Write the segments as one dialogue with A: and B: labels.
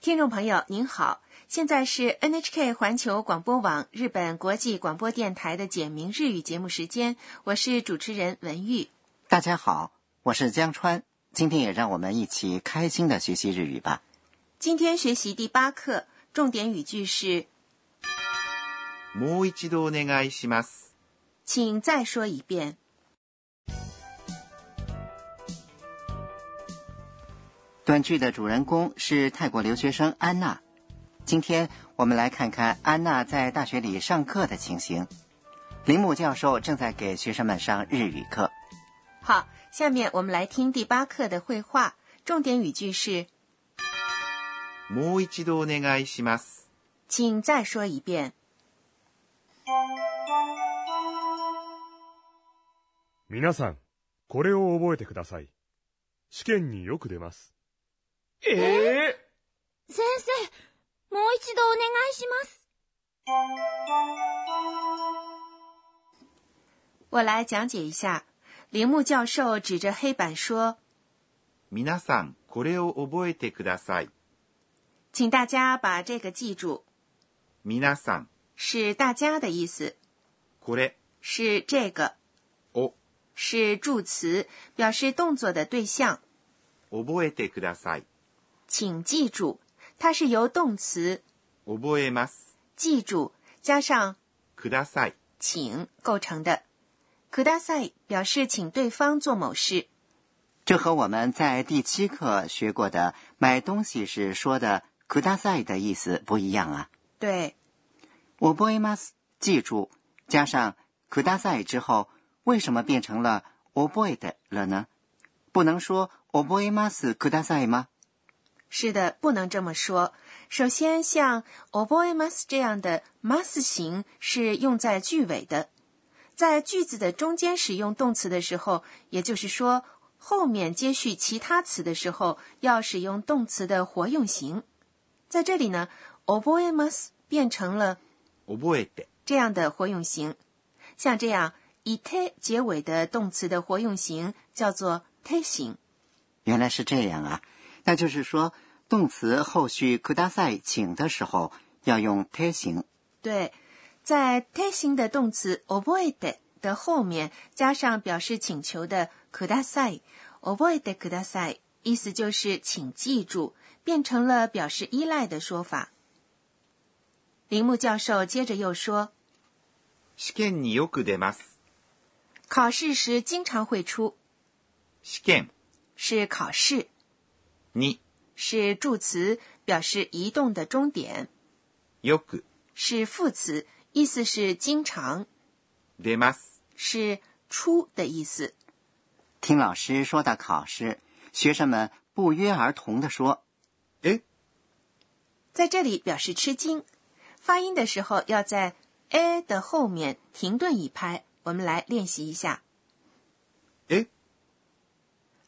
A: 听众朋友您好，现在是 NHK 环球广播网日本国际广播电台的简明日语节目时间，我是主持人文玉。
B: 大家好，我是江川。今天也让我们一起开心的学习日语吧。
A: 今天学习第八课，重点语句是
C: もう一度お願いします。
A: “请再说一遍
B: 短剧的主人公是泰国留学生安娜。今天我们来看看安娜在大学里上课的情形。铃木教授正在给学生们上日语课。”。
A: 好，下面我们来听第八课的绘画，重点语句是
C: もう一度お願いします。
A: “请再说一遍
D: 皆さん、これを覚えてください。試験によく出ます。え
E: 先生、もう一度お願いします。”。
A: 我来讲解一下。铃木教授指着黑板说
C: 皆さん、これを覚えてください。：“
A: 请大家把这个记住，
C: 皆さん、
A: 是大家的意思，
C: これ
A: 是这个，
C: を
A: 是助词，表示动作的对象。
C: 覚えてください。
A: 请记住，它是由动词
C: 覚えます。
A: “记住”加上
C: ください。
A: “请”构成的。ください表示请对方做某事。
B: 这和我们在第七课学过的买东西时说的“ください”的意思不一样啊。
A: 对，
B: 我 b o m a s 记住，加上 k u d a s a i 之后，为什么变成了 oboid 了呢？不能说 oboimas k u d a s a i 吗？
A: 是的，不能这么说。首先，像 oboi mas 这样的 mas 形是用在句尾的，在句子的中间使用动词的时候，也就是说后面接续其他词的时候，要使用动词的活用形。在这里呢，oboi mas 变成了
C: 覚えて。
A: 这样的活用形，像这样以 te 结尾的动词的活用形叫做 te 形。
B: 原来是这样啊。那就是说，动词后续 k u d a s a i 请的时候，要用 te 形。
A: 对，在 te 形的动词 oboide 的后面加上表示请求的 kudasai，oboide kudasai，意思就是请记住，变成了表示依赖的说法。铃木教授接着又说，
C: 試験によく出ます。
A: 考试时经常会出，
C: 試験
A: 是考试，
C: に
A: 是助词，表示移动的终点。
C: よく
A: 是副词，意思是经常，
C: 出ます。
A: 是出的意思。
B: 听老师说到考试，学生们不约而同地说
C: え
A: 在这里表示吃惊。发音的时候要在 a 的后面停顿一拍。我们来练习一下。
C: え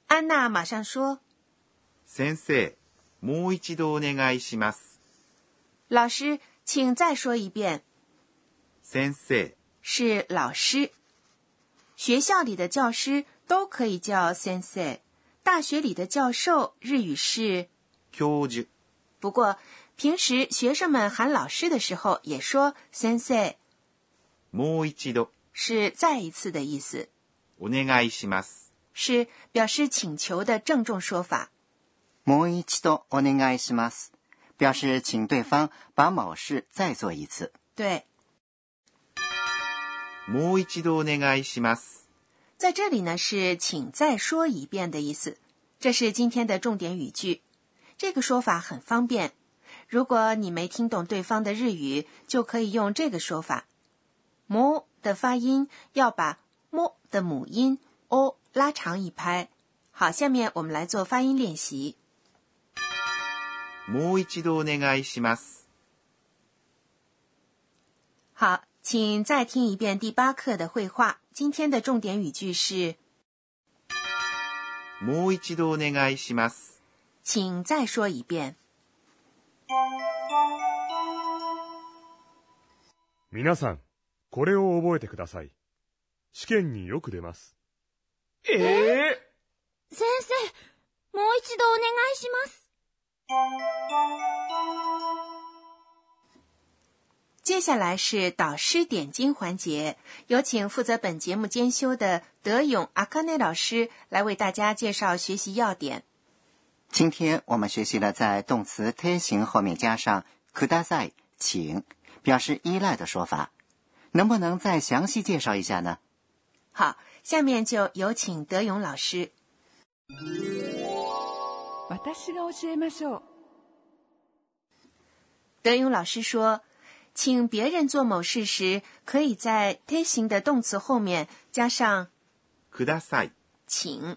A: 安娜马上说
C: 先生、もう一度お願いします。：“
A: 老师，请再说一遍。
C: 先生、”
A: 是老师。学校里的教师都可以叫 sensei，大学里的教授日语是
C: 教授。
A: 不过，平时学生们喊老师的时候也说 “sensei”，
C: もう一度
A: 是再一次的意思，
C: お願いします。
A: 是表示请求的郑重说法。
B: “もう一度お願いします”，表示请对方把某事再做一次。
A: 对，
C: もう一度お願いします。
A: 在这里呢是请再说一遍的意思。这是今天的重点语句。这个说法很方便，如果你没听懂对方的日语，就可以用这个说法。mo 的发音要把 mo 的母音 o 拉长一拍。好，下面我们来做发音练习。
C: もう一度お願いします。
A: 好，请再听一遍第八课的绘画。今天的重点语句是
C: もう一度お願いします。
A: “请再说一遍
D: 皆さん、これを覚えてください。試験によく出ます。え
E: 先生、もう一度お願いします。
A: 接下来是导师点睛环节，有请负责本节目监修的德勇阿卡内老师来为大家介绍学习要点。
B: 今天我们学习了在动词推形后面加上ください，请表示依赖的说法，能不能再详细介绍一下呢？
A: 好，下面就有请德勇老师。
F: 私が教えましょう。
A: 德勇老师说，请别人做某事时，可以在推形的动词后面加上
C: ください。
A: 请。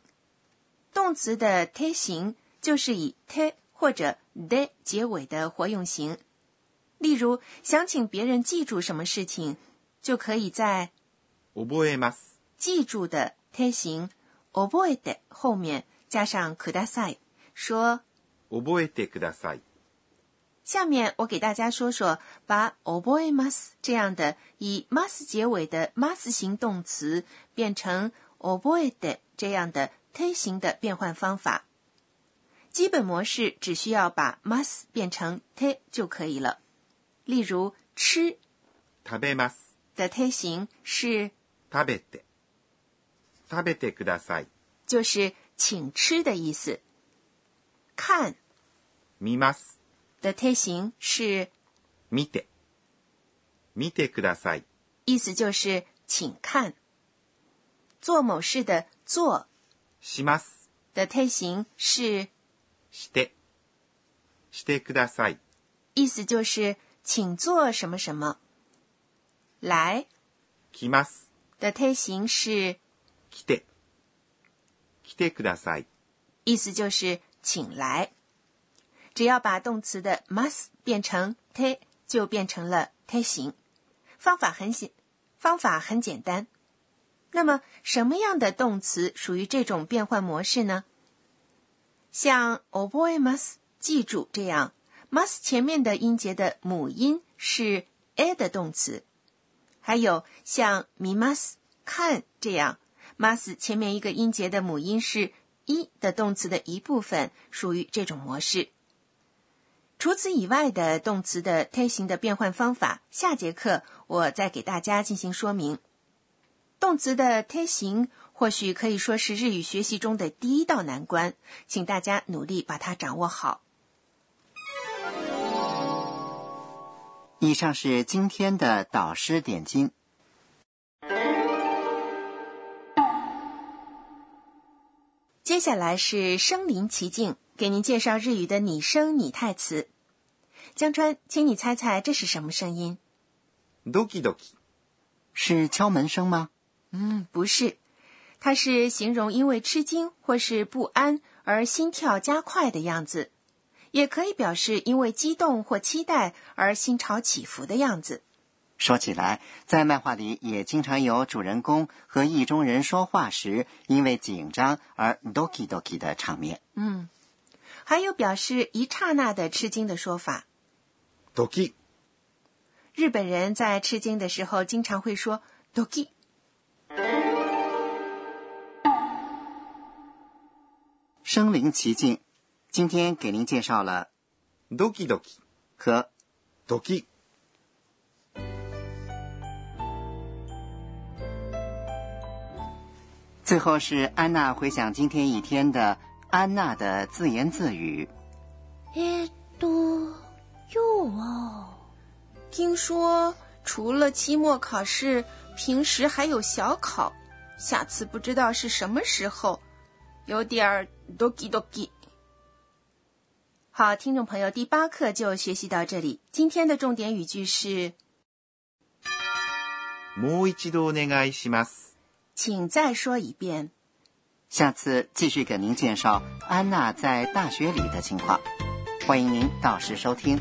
A: 动词的贴形就是以贴或者で结尾的活用形。例如，想请别人记住什么事情，就可以在
C: 覚えます。
A: 记住的贴形覚えて后面加上ください，说
C: 覚えてください。
A: 下面我给大家说说，把覚えます这样的以 mas 结尾的 mas 形动词变成覚えて这样的推形的变换方法。基本模式只需要把 mas 变成 te 就可以了。例如，吃
C: 食べます。
A: 的推形是
C: 食べて。食べてください。
A: 就是请吃的意思。看
C: 見ます。
A: 的推形是
C: 見て。見てください。
A: 意思就是请看。做某事的做
C: します。
A: 的推形是，
C: して。してください。
A: 意思就是请做什么什么。来
C: 来ます。
A: 的推形是，
C: 来て。来てください。
A: 意思就是请来。只要把动词的 must 变成 te，就变成了推形。方法很简，方法很简单。那么，什么样的动词属于这种变换模式呢？像 obey must 记住这样，must 前面的音节的母音是 a 的动词，还有像 m i must 看这样，must 前面一个音节的母音是一的动词的一部分，属于这种模式。除此以外的动词的推形的变换方法，下节课我再给大家进行说明。动词的推形或许可以说是日语学习中的第一道难关，请大家努力把它掌握好。
B: 以上是今天的导师点睛。
A: 接下来是身临其境，给您介绍日语的拟声拟态词。江川，请你猜猜这是什么声音？
C: ドキドキ。
B: 是敲门声吗？
A: 嗯，不是，它是形容因为吃惊或是不安而心跳加快的样子，也可以表示因为激动或期待而心潮起伏的样子。
B: 说起来，在漫画里也经常有主人公和意中人说话时，因为紧张而 doki doki 的场面。
A: 还有表示一刹那的吃惊的说法。
C: ドキ。
A: 日本人在吃惊的时候经常会说 “doki”。
B: 身临其境，今天给您介绍了
C: ドキドキ。
B: 和
C: ドキ。
B: 最后是安娜回想今天一天的安娜的自言自语。
E: えーっと、今日は、
A: 听说除了期末考试，平时还有小考，下次不知道是什么时候，有点儿 doki doki。好，听众朋友，第八课就学习到这里。今天的重点语句是，
C: もう一度お願いします。
A: 请再说一遍。
B: 下次继续给您介绍安娜在大学里的情况，欢迎您到时收听。